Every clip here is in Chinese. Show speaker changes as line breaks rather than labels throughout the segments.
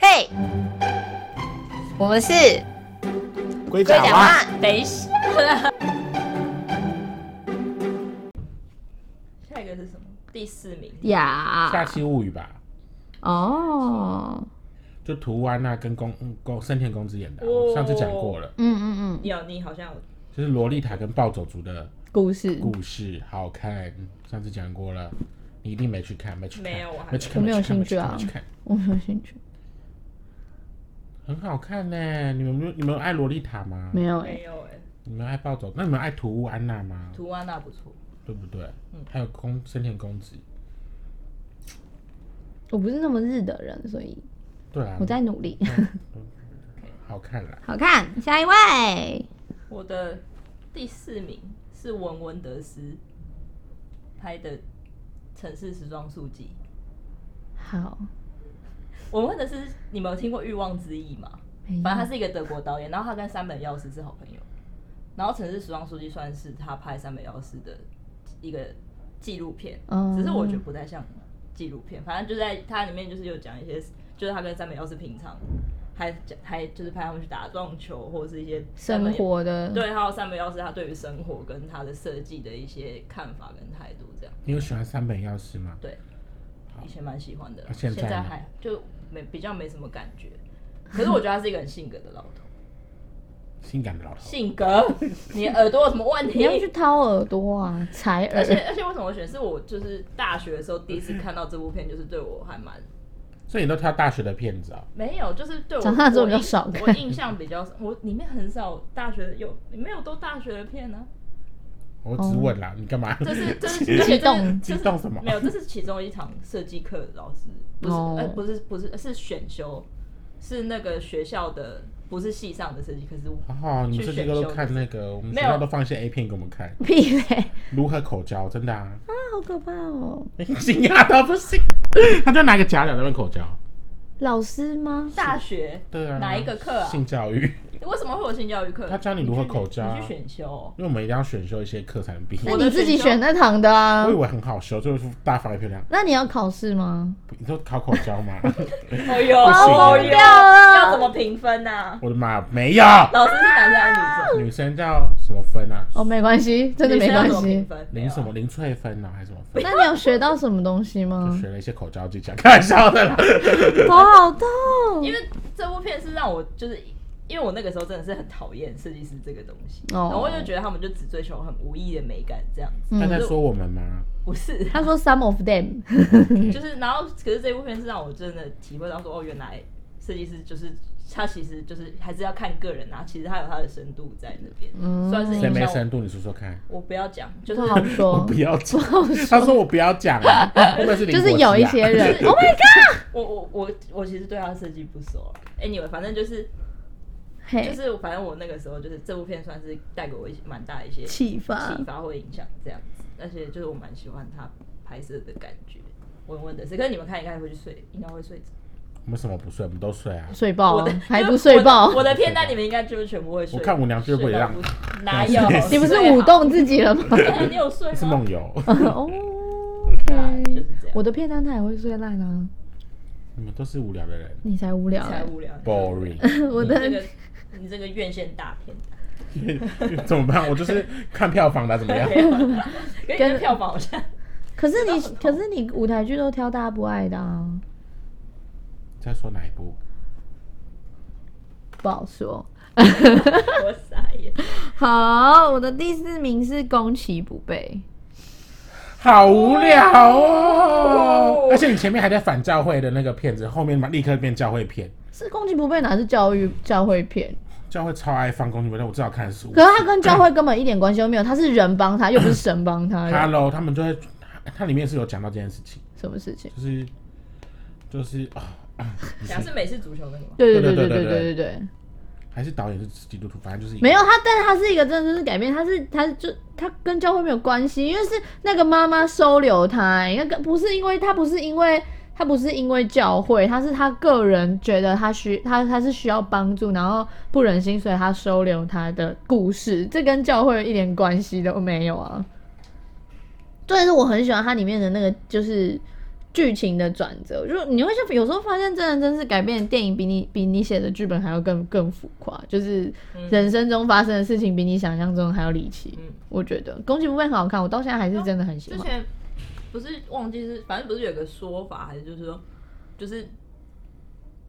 对，我们是
龟
龟
甲
甲
蛙，
蛙。
等一下，下一个是什么？第四名，啊
呀，
下期物语吧，
哦，
就涂安娜跟宫嗯宫森田公子演的啊，
哦
我上次讲过了，
嗯嗯嗯，
有你好像有
就是洛丽塔跟暴走族的
故事
故事，好看，上次讲过了，你一定没去看，没去看，
没有我还
没去看，
没有
去看
兴趣啊
没去看，没去看
我没有兴趣，
很好看呢。你们没有你们爱洛丽塔吗？
没有哎、
没有哎，
你们爱暴走？那你们爱涂安娜吗？
图安娜不错，
对不对？
嗯
还有宫森田公子，
我不是那么日的人，所以
对啊，
嗯
我在努力。
好看啦。
好看，下一位，
我的第四名是文文德斯拍的《城市时装速记》。
好，
文文德斯，你们有听过《欲望之翼》吗？
没有
反正他是一个德国导演，然后他跟山本耀司是好朋友，然后《城市时装书记》算是他拍山本耀司的一个纪录片，
嗯
只是我觉得不太像纪录片，反正就在它里面就是有讲一些，就是他跟山本耀司平常还讲还就是拍他们去打撞球或者是一些山
生
本
活的，
对，还有山本耀司他对于生活跟他的设计的一些看法跟态度这样。
你有喜欢三本钥匙吗？
对，以前蛮喜欢的啦
啊，现在呢
在还就没比较没什么感觉。可是我觉得他是一个很性格的老头，
性感的老头，
性格， 你耳朵有什么问
你要去
题？
掏耳朵啊，采
而且
耳，
而且为什么我选？是我就是大学的时候第一次看到这部片，就是对我还蛮
所以你都挑大学的片子哦。
没有，就是对我
长大之后比较
我印
少看
我印象比较少，我里面很少大学有没有都大学的片呢、
我
哦
只问啦，你干嘛？
这 是这是而且
激动
这
激
是
动什么
没有，这是其中一场设计课，老师不是、
哦
呃不是不是是选修，是那个学校的，不是系上的设计课是。
哦，你们这些都看那个，我们学校都放一些 A 片给我们看，
屁嘞， 啊，
如何口交，真的啊，
好可怕哦！
惊讶到不行。他就拿个假屌在那边口交，
老师吗？
大学
对啊，
哪一个课啊？
性教育，
为什么会有性教育课？
他教你如何口交啊
你去选修哦、
因为我们一定要选修一些课才能毕业
那。
我的
你自己
选修
选那堂的啊
我以？为很好修，就是大方也漂亮。
那你要考试吗？
你说考口交吗？
哎呦，
好
哎
无
呦，
聊啊
要怎么评分呢、啊？
我的妈，没有。
老师是男生还是女生？
女生叫什么分啊？
哦，没关系，真的
女
没
生要
关
怎么
系
评。分？没有
零
啊
什么？零翠分啊，还是什么 分？
那你有学到什么东西吗
就？学了一些口交技巧，开玩笑的啦。
嗯
头好痛！
因为这部片是让我就是，因为我那个时候真的是很讨厌设计师这个东西，
哦嗯
然后我就觉得他们就只追求很无意的美感这样子，
他在 说我们吗？
不是，
他说 some of them，
就是然后可是这部片是让我真的体会到说哦，原来设计师就是他其实就是还是要看个人啊，其实他有他的深度在那边，
嗯
算是
谁
影
没
响
深度？你说说看。
我。我不要讲，就是
不好
我
说
不，要讲， 他说我不要讲 啊，会不会是林
就
国
是
基啊
有一些人
就是
，Oh my god，
我我我我其实对他的设计不熟啊。Anyway，反正就是就
嘿，
是反正我那个时候就是这部片算是带给我一些蛮大的一些
启发
启，发或影响这样子，而且就是我蛮喜欢他拍摄的感觉，稳稳的是。可是你们看一看会去睡，应该会睡着。
我们什么不睡，我们都睡啊。
睡爆
我的
哦还不睡爆
我的？我的片段你们应该就是全部会睡。
我看舞娘绝不会让
睡到不 哪有？
你不是舞动自己了吗？
睡哎好？你有睡
是
吗？
梦游，
哦
对啊就是
，OK，
这样
我的片单他也会睡烂啊，
你们都是无聊的人
你才无聊
才
嘞，
无聊。
，boring。
我
你这
的
个你这个院线大片，
怎么办？我就是看票房的啊怎 么样？
可是你的票房好像
可是你
真的很痛
可是你舞台剧都挑大家不爱的啊，
在说哪一部？
不好说。
我傻 眼。
好，我的第四名是宫崎不备，
好无聊哦
哦！
而且你前面还在反教会的那个片子，后面嘛立刻变教会片，
是宫崎不备哪是教育教会片？
教会超爱放公鸡，但我至少看了十五
可。是他跟教会根本一点关系都没有，他是人帮他，又不是神帮 他的。
Hello，他们就会，它里面是有讲到这件事情，
什么事情？
就是就是啊，
讲是美式足球那个吗？
对对
对
对
对
对
对
对对对，
还是导演是基督徒，反正就是一个
没有他，但他是一个真的就是改变，他是他就他跟教会没有关系，因为是那个妈妈收留他、欸那个不是因为他不是因为他不是因为教会，他是他个人觉得他需他他是需要帮助，然后不忍心，所以他收留他的故事，这跟教会一点关系都没有啊。对，是我很喜欢它里面的那个，就是剧情的转折，就你会像有时候发现真人真事改编的电影比你比你写的剧本还要更更浮夸，就是
嗯
人生中发生的事情比你想象中还要离奇。
嗯
我觉得《宫崎骏》很好看，我到现在还是真的很喜
之
欢。
前不是忘记是，反正不是有个说法，还是就是说，就是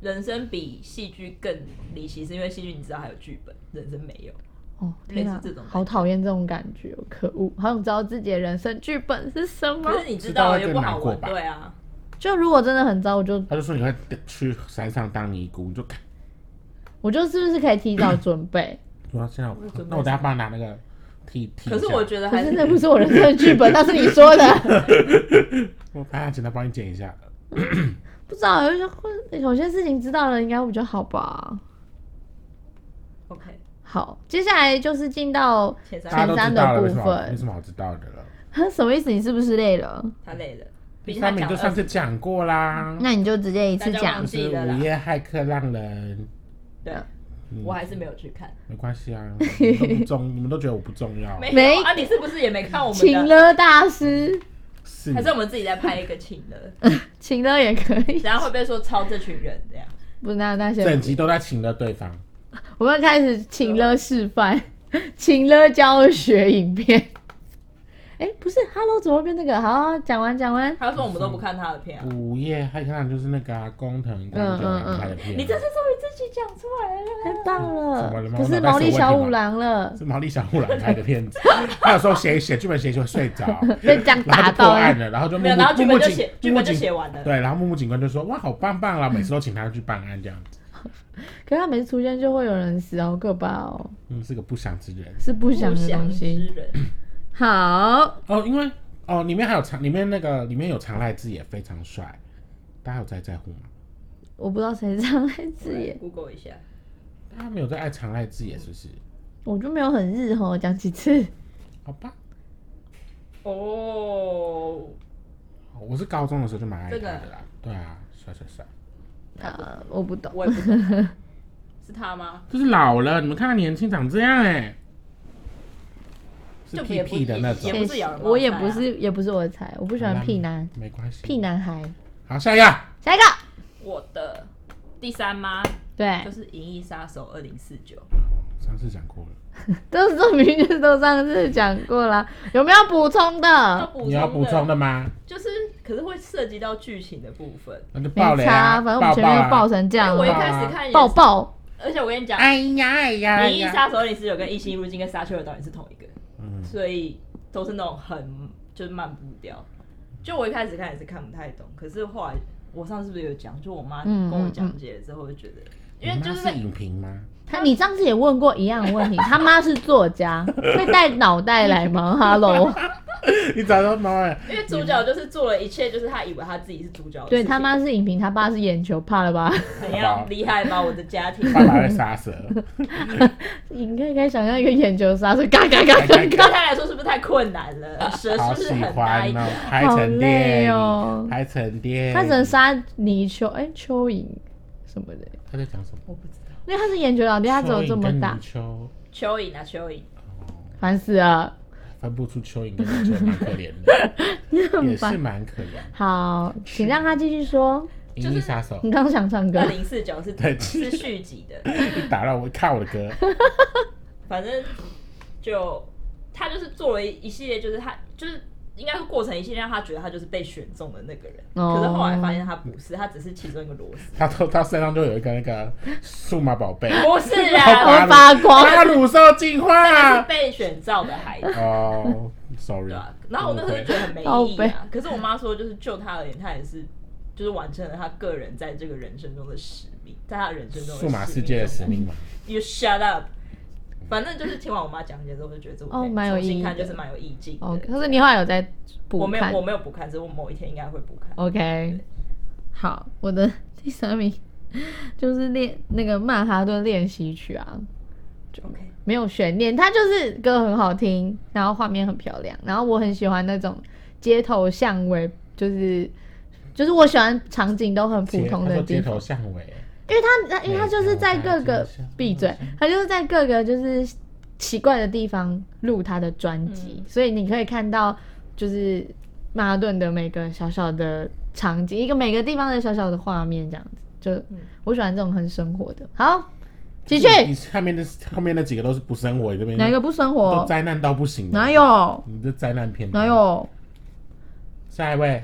人生比戏剧更离奇，是因为戏剧你知道还有剧本，人生没有。
哦，
类
天
似
啊
这种感觉
好讨厌这种感觉哦，可恶！好想知道自己的人生剧本是什么
可。是你知
知
道
道会
又
更
不好
难过
玩，
吧
对啊，
就如果真的很糟，我就
他就说你会去山上当尼姑，你就看。
我就是不是可以提早准备？
我要现在我
准备
那我等下帮你拿那个剃剃一下。
可是我觉 得
可
还
是那不是我人生的剧本，那是你说 的。
我等下简单帮你剪一下。
不知道有些有些事情知道了应该会比较好吧。
OK。
好，接下来就是进到
前三
大家
前
都
三
知
的
道了，
部
为什么没
分。
什么好知道的了？
什么意思？你是不是累了？
他累了，毕
第
竟他
三名
讲
就
了
上次讲过啦，
那你就直接一次
大家
讲
忘
就
记
是
了啦
午夜骇客浪人，
对，
嗯
我还是没有去看。
没 关系啊，你们都不重，你们都觉得我不重要，
没
没
有啊？你是不是也没看我
请
们的？
了大师，
是
还是我们自己再拍一个请了？
请了也可以
等。下会不会说抄这群人这样？
不，那那些
整集都在请了对方，
我们开始请了示范，请了教学影片。哎、不是，Hello，怎么会变那个？好，讲完讲完。
他说我们都不看他的片啊。
午夜骇客浪就是那个啊工藤官九郎拍的片，
你这次终于自己讲出来了。
太棒了
怎么了，吗
不是
我脑袋
毛利
是有
小
问题吗
五郎了，
是毛利小五郎拍的片子，他有时候写一写剧本写一写会睡着，
被这样
然后
打
就破
到
案了，然后 就
没
幕
有，然后
幕
剧
幕
本就
警
写，剧
幕
本就
警
写完了。
对，然后木木警官就说：“哇，好棒棒啦！每次都请他去办案这样子，
可是他每次出现就会有人死，好可怕哦，
嗯，是个不祥之人
是不
不
祥的东西。
之人，
好，
哦。因为哦，里面还有长，里面那个里面有长濑智也非常帅，大家有在在乎吗？
我不知道谁上来字眼，
Google 一下，
大家没有在爱长濑智也是不是？
我就没有很日吼，讲几次。
好吧，
哦，
我是高中的时候就蛮爱他
这个
的啦。对啊，帅帅帅，
呃，我不懂，
我也不懂， 是他吗？
就是老了，你们看他年轻长这样哎、
欸
是
就
屁
也不
屁的那
也
种
不，是咬人猫
我也
菜啊
不是，也不是我的菜，我不喜欢屁男，
没关系。
屁男孩。
好，下一个
下一个，
我的第三吗？
对
就，是《银翼杀手二零四九》。
上次讲过了，
都是这明明就是都上次讲过了，有没有补充
要
的？
补
你要补充
的，
的吗？
就是可是会涉及到剧情的部分。
那就
没
爆雷
差，
啊！
反正我们前面
啊
就爆成这样
哎我一
爆
了，
开始看也
爆，爆。
而且我跟你讲，《
哎呀哎呀！哎
银翼
呀
杀手二零四九》跟《异星入侵》跟《沙丘》的导演是同一个，
嗯，
所以都是那种很就是慢步调。就我一开始看也是看不太懂，可是后来我上次不是有讲，就我妈
嗯
跟我讲解了之后，我就觉得，因为
你妈
就是
嗯是
在
影评吗？
他，你上次也问过一样的 问题，他妈是作家，会带脑袋来吗？Hello，
你找到妈妈了？
因为主角就是做了一切，就是他以为他自己是主角的事
对
情，
他妈是影评，他爸是眼球，怕了吧？
怎样厉害吧？我的家庭，
爸爸会杀 蛇，
你可以可以想象一个眼球杀手，嘎嘎嘎嘎
哎
对
嘎，
他来说是不是太困难了？蛇是
好
不是
喜
很大一
欢
只？
哦！拍
好
成电
累
影，
哦
拍成电影。
他只能杀泥鳅，哎、蚯蚓什么的，
他在讲什么？
我不知道。
因为他是眼球老爹，他只有这么大
蚯蚓跟，泥鳅
蚯蚓啊，蚯蚓，
烦死了。
分不出蚯蚓跟泥鳅，蛮可怜 的，也
很
是
烦。
蛮可怜。
好，请让他继续说。
银翼杀手
你刚刚想唱 歌
二，零四九是
对
是续集的，
一打乱我，看我的歌，
反正就他就是做了一系列，就是他就是应该是过程一系列让他觉得他就是被选中的那个人，
哦
可是后来发现他不是，他只是其中一个螺丝，
他头他身上就有一个那个数码宝 贝，
哦
不是
好
啊，
吧
都发光。
他乳兽进
他
化
是。被选造的孩子。
哦，sorry，
对啊，然后我那时候就觉得很没意义啊。可是我妈说，就是就她而言，她也是就是完成了她个人在这个人生中的使命，在她人生中的
数码世界的使命嘛，
You shut up。反正就是听完我妈讲解之后，就觉得这部
哦
片
蛮有
重新
意义
看
的
就是蛮有意境的。
哦，可是你后来有在补
我没
看哦
有我没有补看，只是我某一天应该会补看。
？OK，好，我的第三名 就是练那个曼哈顿练习曲啊，
OK，
没有悬念，它就是歌很好听，然后画面很漂亮，然后我很喜欢那种街头巷尾，就是就是我喜欢场景都很普
街
通
他
的
说街
地方。
头巷尾，
因为他，因为他就是在各
每条
个
街上
闭嘴
都是，
他就是在各个就是奇怪的地方录他的专辑，
嗯
所以你可以看到就是曼哈顿的每个小小的场景，一个每个地方的小小的画面这样子，就
嗯
我喜欢这种很生活的。好，继续，
你后面的后面那几个都是不生活，你这边
哪一个不生
都
活？
灾难到不行？
哪？有？
你这灾难片
哪？有？
下 一位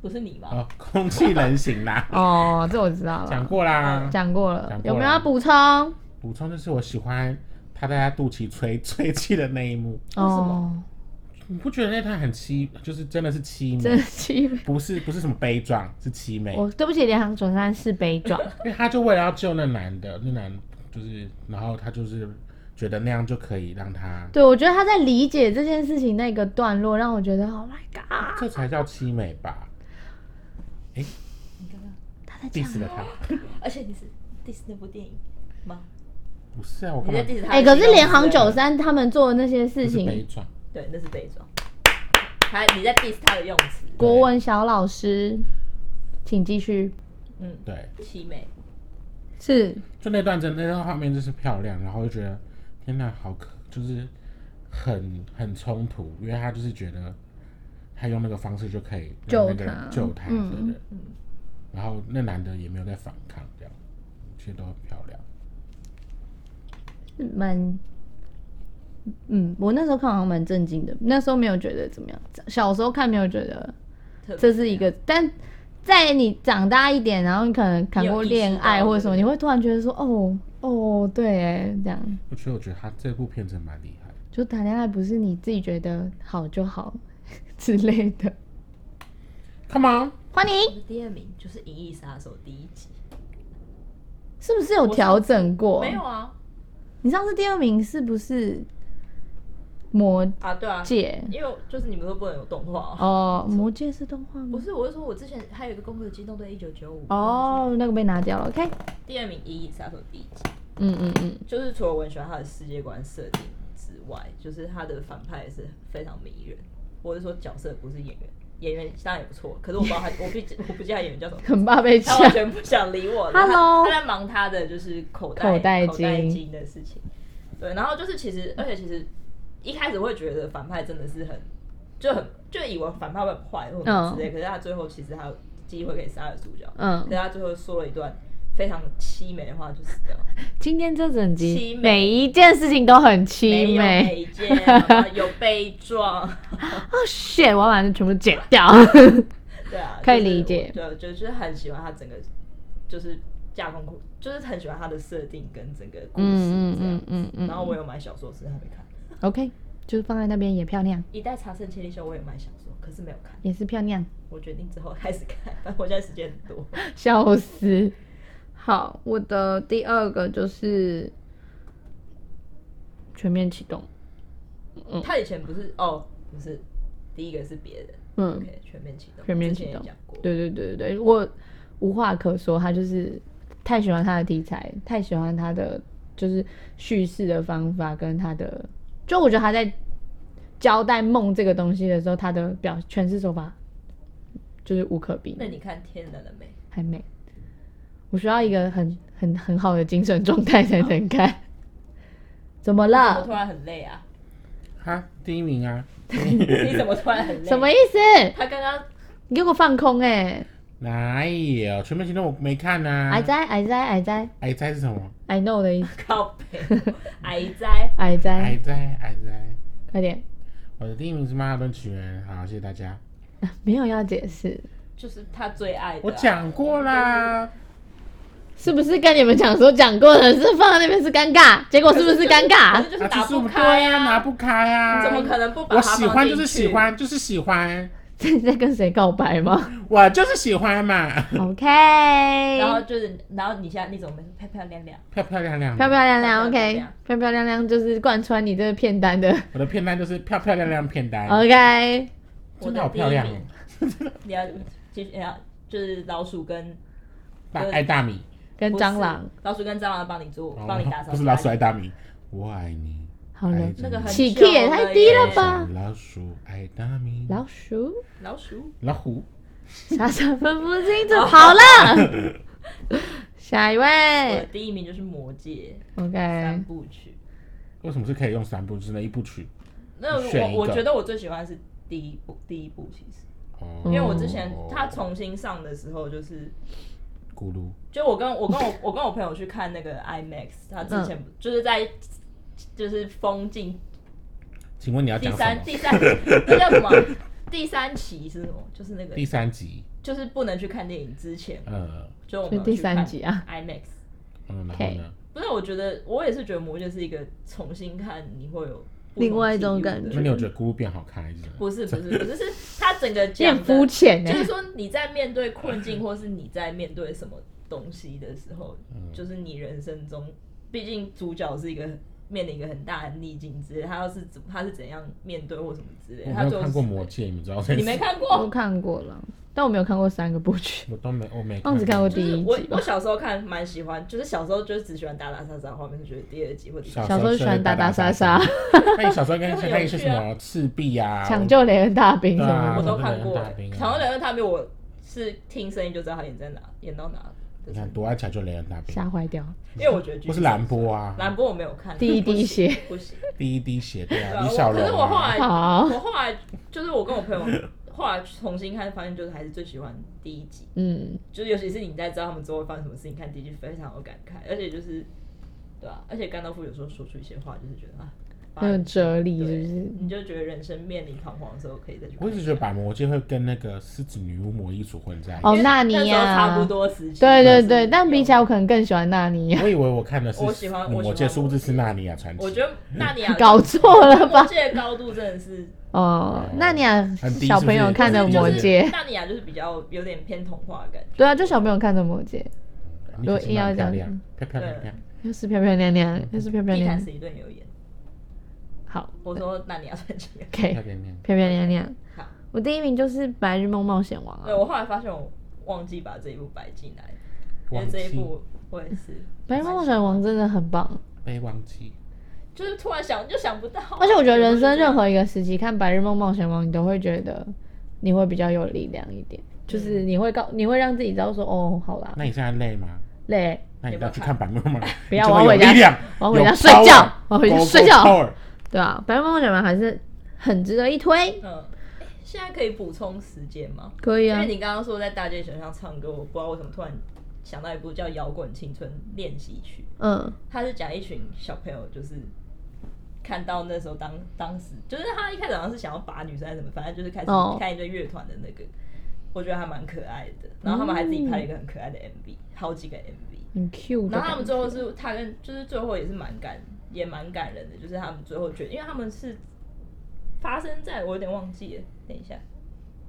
不是你吧？
哦，空气人形 啦，
哦，这我知道
讲
了，
过啦。
讲过了
讲，过
有没有
了
要补充？哦
补充就是我喜欢他在他肚脐吹 吹气的那一幕，
为什
哦
么
你不觉得那他很凄，就是真的是凄
真
美
的，气美。
不是不是什么悲壮，是凄美。
我对不起，联航总算是悲壮。
因为他就为了要救那男的，那男就是，然后他就是觉得那样就可以让他，
对，我觉得他在理解这件事情那个段落，让我觉得 Oh my God，
这才叫凄美吧？哎、
他在讲。
diss 了他？
而且你是 diss 那部电影吗？
不是啊，我
你
干
在
嘛？
diss 他？
哎、可是联航九
九三，
三他们做的那些事
这是悲
情，
壮，
对，那是悲壮。他你在 diss 他的用词，
国文小老师，请继续。
嗯，
对，
凄美。
是，
就那段真的那段画面就是漂亮，然后就觉得天哪，好可，就是很很冲突，因为他就是觉得他用那个方式就可以让那个人
救他
救他的
嗯
人，然后那男的也没有在反抗，这样其实都很漂亮。
蛮，嗯，我那时候看好像蛮震惊的，那时候没有觉得怎么样，小时候看没有觉得
特别
这是一个，但在你长大一点，然后你可能谈
啊你有
过
意识
恋爱
到
或者什么，
对
你会突然觉得说，哦哦，对欸，这样，
我觉得，我觉得他这部片真蛮厉害的。
就谈恋爱不是你自己觉得好就好 之类的。
Come on，
欢
我
迎，
的第二名就是《银翼杀手》第一集，
是不是有调整过？
没有。啊
你上次第二名是不是魔
啊，对啊，
戒？
因为我就是你们都不能有动画啊。
哦，魔戒是动画吗？
不是，我是说，我之前还有一个《功夫的机动队》一九九五，
哦，那个被拿掉了。OK，
第二名《一杀手》第一集，
嗯嗯嗯，
就是除了我很喜欢他的世界观设定之外，就是他的反派也是非常迷人。我是说角色，不是演员，演员当然也不错，可是我不知道他，我不我不记得他演员叫什么，
很怕被
他
抢。
完全不想理我。他
Hello
他在忙他的就是口袋
口袋
口袋
金
金的事情。对，然后就是其实，而且其实一开始会觉得反派真的是很就很就以为反派会很坏或者什么之类，可是他最后其实他有机会可以杀了主角，
嗯
可是他最后说了一段非常凄美的话，就死掉了。
今天这整集
凄美
每一件事情都很
没
凄
有
美。
美剑，然后有悲壮，
哦，shit，我要把它全部剪 掉。
对啊，
可以
就是
理
我
解
对，就是很喜欢他整个就是架空故，就是很喜欢他的设定跟整个故事
嗯嗯
这样
嗯嗯嗯
然后我有买小说，只是还没看。
OK，就是放在那边也漂亮，
一代茶圣千里秀我也买小说，可是没有看。
也是漂亮。
我决定之后开始看，但我现在时间很多。
笑死。好，我的第二个就是全面启动。嗯
他以前不是哦，不是，第一个是别人
嗯，
，OK，全面启动，
全面
之前
启
也
动
讲过。
对对对对对，我无话可说，他就是太喜欢他的题材，太喜欢他的就是叙事的方法跟他的，就我觉得他在交代梦这个东西的时候，他的表诠释手法就是无可比
那
拟，
你看《天然的美》，
还美。我需要一个很 很很好的精神状态才能看。 怎么
怎么
了
突？然很累啊？
他第一名啊，
你怎么突然很 累？
什么意思？
他刚刚
你给我放空哎、
哪有？全面行动我没看
嗯
啊。
矮哉矮哉矮哉
矮灾是什么？
，I know 的意思，
靠背， 癌灾。
矮
矮
哉，
灾矮灾。
快点，
我的第一名是《曼哈顿起源》，好，谢谢大家。
没有要解释，
就是他最爱的、啊
我，讲过啦，
是不是跟你们讲说讲过的是放在那边是尴尬，结果是不是尴
可
尬
是？就是
啊
打
就是我
不
们
开
对啊，拿不开啊。
你怎么可能不把它
我喜
放
欢
进
就是喜
去，
欢，就是喜欢，
这 你在跟谁告白 吗
我就是喜欢嘛，
？OK，
然后就是，然后你现在你怎么漂漂亮亮？
漂漂亮亮的。
漂漂亮亮
漂亮
，OK，漂漂亮亮就是贯穿你这个片单的
我的片单就是漂漂亮亮片
哎
单，
，OK，
真的好漂亮
我的第一
哦
名。你要继续你要就是老鼠跟
大爱大米，
跟蟑螂
不，是老鼠跟蟑螂帮你做，帮你打扫。
哦不是老鼠爱大米，我爱你。
好了
爱，着
那个
你
很
起
久
key 也太低了
耶
吧
小老鼠爱大米，
老鼠，
老鼠
老虎。
傻傻分不清
哦
楚，好了， 下一
我的
位
第一名就是《魔戒》三
，OK，
部曲。
为什么是可以用三部？就是那一部曲
那
选一
我
个
我觉得我最喜欢是第一部，第一部其实
哦
因为我之前他重新上的时候，就是
咕噜，
就我跟我跟我 我跟我朋友去看那个 IMAX，他之
嗯
前就是在就是封禁
请问你要
第
讲什
三
么？
第三那叫什么？ 第三期是什么？就是那个
第三集，
就是不能去看电影之前，
呃，
就我
就
们
第三集啊。
IMAX。
嗯，然后
OK
呢？
不是，我觉得我也是觉得《魔戒》是一个重新看你会有不同
另外一种
体悟的
感
那
觉
你有觉得咕噜变好看还是怎么样？
不是不是不是，是它整个
你
讲
很肤
的，
浅
就是
哎，
说你在面对困境，或是你在面对什么东西的时候，
嗯
就是你人生中，毕竟主角是一个面临一个很大的逆境之类，他要是怎他是怎样面对或什么之类，
我
他
没
最
有
后
看过《
是
魔戒》，你们知道这
你没
事？
看
我
过？
看过了，但我没有看过三个部曲。
我都没，我没。
我只看过
就
第一
是
集
我
吧
我小时候看蛮喜欢，就是小时候就是只喜欢打打杀杀的画面，就觉得第二集或者第三集
小时候喜欢打打杀杀，
那你小时候应该看一些什
这么
么赤壁啊、
抢救雷恩大兵什
对
么
啊
我
的，
都看过
长乐大兵
《
啊
长乐人他没有，我是听声音就知道他演在哪，演到哪
你
的
看多爱抢救雷恩大兵，
吓坏掉。
因为我觉得
不是蓝波啊，
蓝波我没有看，
第一滴血
不行，
第一滴血对
不
啊，
行
李小
可
龙
是我后
啊，
来，
好
我后来就是我跟我朋友后来重新看，发现就是还是最喜欢第一集，
嗯，
就是尤其是你在知道他们之后会发生什么事情，看第一集非常有感慨，而且就是对啊，而且甘道夫有时候说出一些话，就是觉得啊，
很有哲理是
对
不是？
你就觉得人生面临彷徨的时候可以再去看
我
一
一
下。
直觉得把魔戒会跟那个狮子女巫魔衣组混在一起。
哦
因为
纳尼亚
时候差不多时期，
对对
就是
对，但比
有
起来我可能更喜欢纳尼亚，
我以为我看的是
我喜欢我喜欢
魔戒，殊不知是纳尼亚传奇。
我觉得纳尼亚
搞错了吧
魔？戒的高度真的是
哦，
啊
纳尼亚
很低
小朋友看的
是不是
魔戒，
纳尼亚就是比较有点偏童话的感觉。
对啊，就小朋友看的魔戒，
你可是
如果硬要
蛮漂
讲
亮，漂漂亮亮。
又是漂漂亮
嗯
亮，又是漂漂
地
亮
毯
亮。
史一顿有演，
好
我说纳尼亚传奇。
，OK，
漂亮亮。
漂漂亮亮。
好，
我第一名就是《白日梦冒险 王》
对
啊，
我后来发现我忘记把这一部摆进来，因为
忘
这一
记
部我也是，
《白日梦冒险王》真的很棒，
被忘记，
就是突然想就想不到。
而且我 觉得人生任
何
何一个时期看《白日梦冒险王》，你都会觉得你会比较有力量一点，就是你会告，你会让自己知道说，哦，好啦，
嗯那你现在累吗？
累，
那你要去看版面吗？
不要
你就会
我要回
有
家
力量
哦我要回家
有
睡觉
power，
我要回家
go, go,
睡觉
power
对啊，《白日梦冒险王》还是很值得一推，
嗯，哎现在可以补充时间吗？
可以
因
啊
为，你刚刚说在大街小巷唱歌，我不知道为什么突然想到一部叫《摇滚青春练习曲》。
嗯，
他是讲一群小朋友，就是看到那时候当当时，就是他一开始好像是想要把女生还是什么，反正就是开始
哦
看一堆乐团的那个我觉得还蛮可爱的。然后他们还自己拍了一个很可爱的 MV，、好几个 MV。
很 Q 的
然后他
嗯感
们
觉。
最后是他跟就是最后也是蛮感也蛮感人的，就是他们最后觉得，因为他们是发生在我有点忘记了，等一下，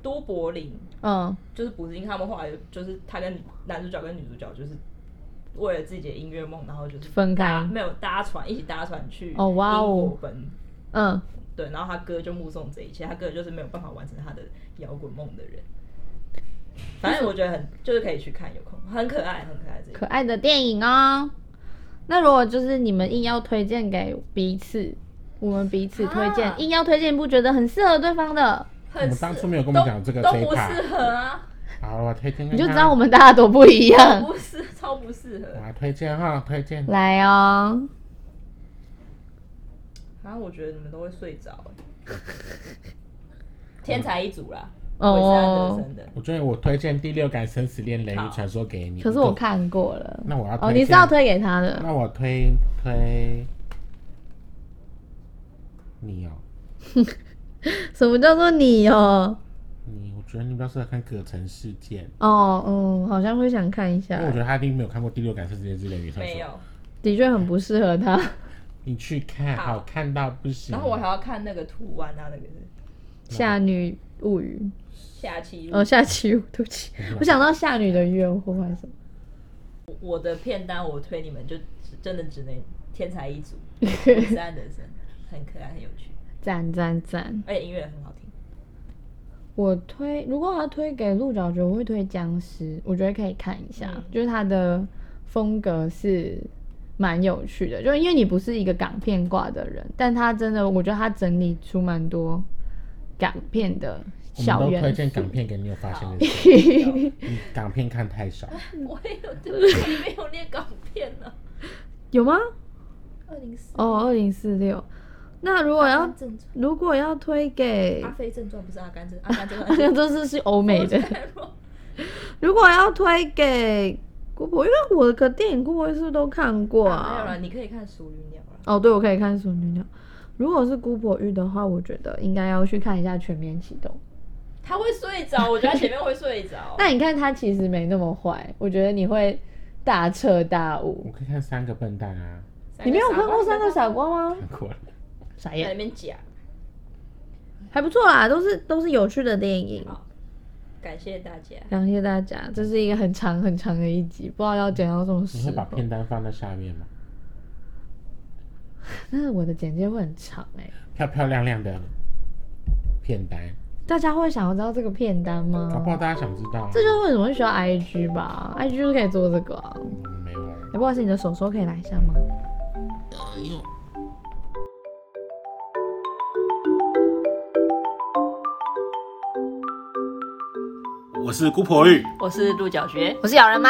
多柏林
嗯，
就是补丁他们后来就是他跟男主角跟女主角就是为了自己的音乐梦，然后就是
分开
搭没有搭船一起搭船去
哦哇哦
英国奔
嗯，
对，然后他哥就目送这一切，他哥就是没有办法完成他的摇滚梦的人。反正我觉得很就是可以去看，有空很可爱，很可爱这一部
可爱的电影哦。那如果就是你们硬要推荐给彼此，我们彼此推荐，
啊
硬要推荐一部觉得很适合对方的，
我
很
们
适
当初没有跟我们讲这个
都
这一
不
part
适合啊，
好了，我推荐给
你就
他
知道我们大家多不一样。
不是超不适合
我。来推荐哈，推荐。
来哦，
然后啊我觉得你们都会睡着欸。天才一族啦，
哦
韦斯安德森的，
我觉得我推荐《第六感生死恋》《雷
好
雨传说》给你。
可是我，看过了。
那我要
哦，
推荐
你是要推给他的，
那我推推你哦，
什么叫做你哦？
你我觉得你比较适合看《葛城事件》，
哦，嗯，好像会想看一下
因为，我觉得他一定没有看过《第六感生死恋》之类的。
没有，。
的确很不适合他。
你去看，
好
好看到不行。
然后我还要看那个图案啊，那个是
夏女物语，
下期
嗯
哦，夏期物，对不起，我想到夏女的约会还是什么？
我的片单，我推你们就只真的只能天才一 族，韦斯安德森很可爱，很有趣，
赞赞赞！
而且音乐很好 听。
我推，如果我要推给鹿角蕨，我会推僵尸，我觉得可以看一下，
嗯
就是它的风格是蛮有趣的，就因为你不是一个港片挂的人，但它真的，我觉得它整理出蛮多港片的
我们
小
都推
元素
荐。港片给你，有发现这些？ 你港片看太少，
我也有，对不起，没有念港片呢、
有吗？
二零四
哦，二零四六，那如果
阿
要
甘正传
如果要推给
阿飞正传不是阿甘正，阿甘正
那
传
个就是是欧美的。
我
如果要推给姑婆，因为我的电影姑婆是不是都看过
没有
啊
了，？你可以看《熟女鸟》了。
哦，对，我可以看《熟女鸟》。如果是姑婆玉的话，我觉得应该要去看一下《全面启动》。。
他会睡着，我觉得他前面会睡着
那你看他其实没那么坏，我觉得你会大彻大悟
我。可以看三个笨蛋啊，
三个
你没有看过《
傻瓜
三个傻瓜》吗？
看过了。
傻
在那
眼，
边讲。
还不错啦，都是都是有趣的电影。
好感谢大家。
感谢大家，这是一个很长很长的一集，不知道要剪到什么
你
时
会把
候。
片单放在下面吗？
但是我的简介会很长哎、
漂漂亮亮的片单，
大家会想要知道这个片单吗？
搞不好大家想知道、啊。
这就是为什么会需要 IG 吧，IG 就是可以做这个、啊。
嗯没有啊。
哎、不好意思，你的手手可以拿一下吗？
我是姑婆玉。
我是鹿角蕨。
我是咬人猫。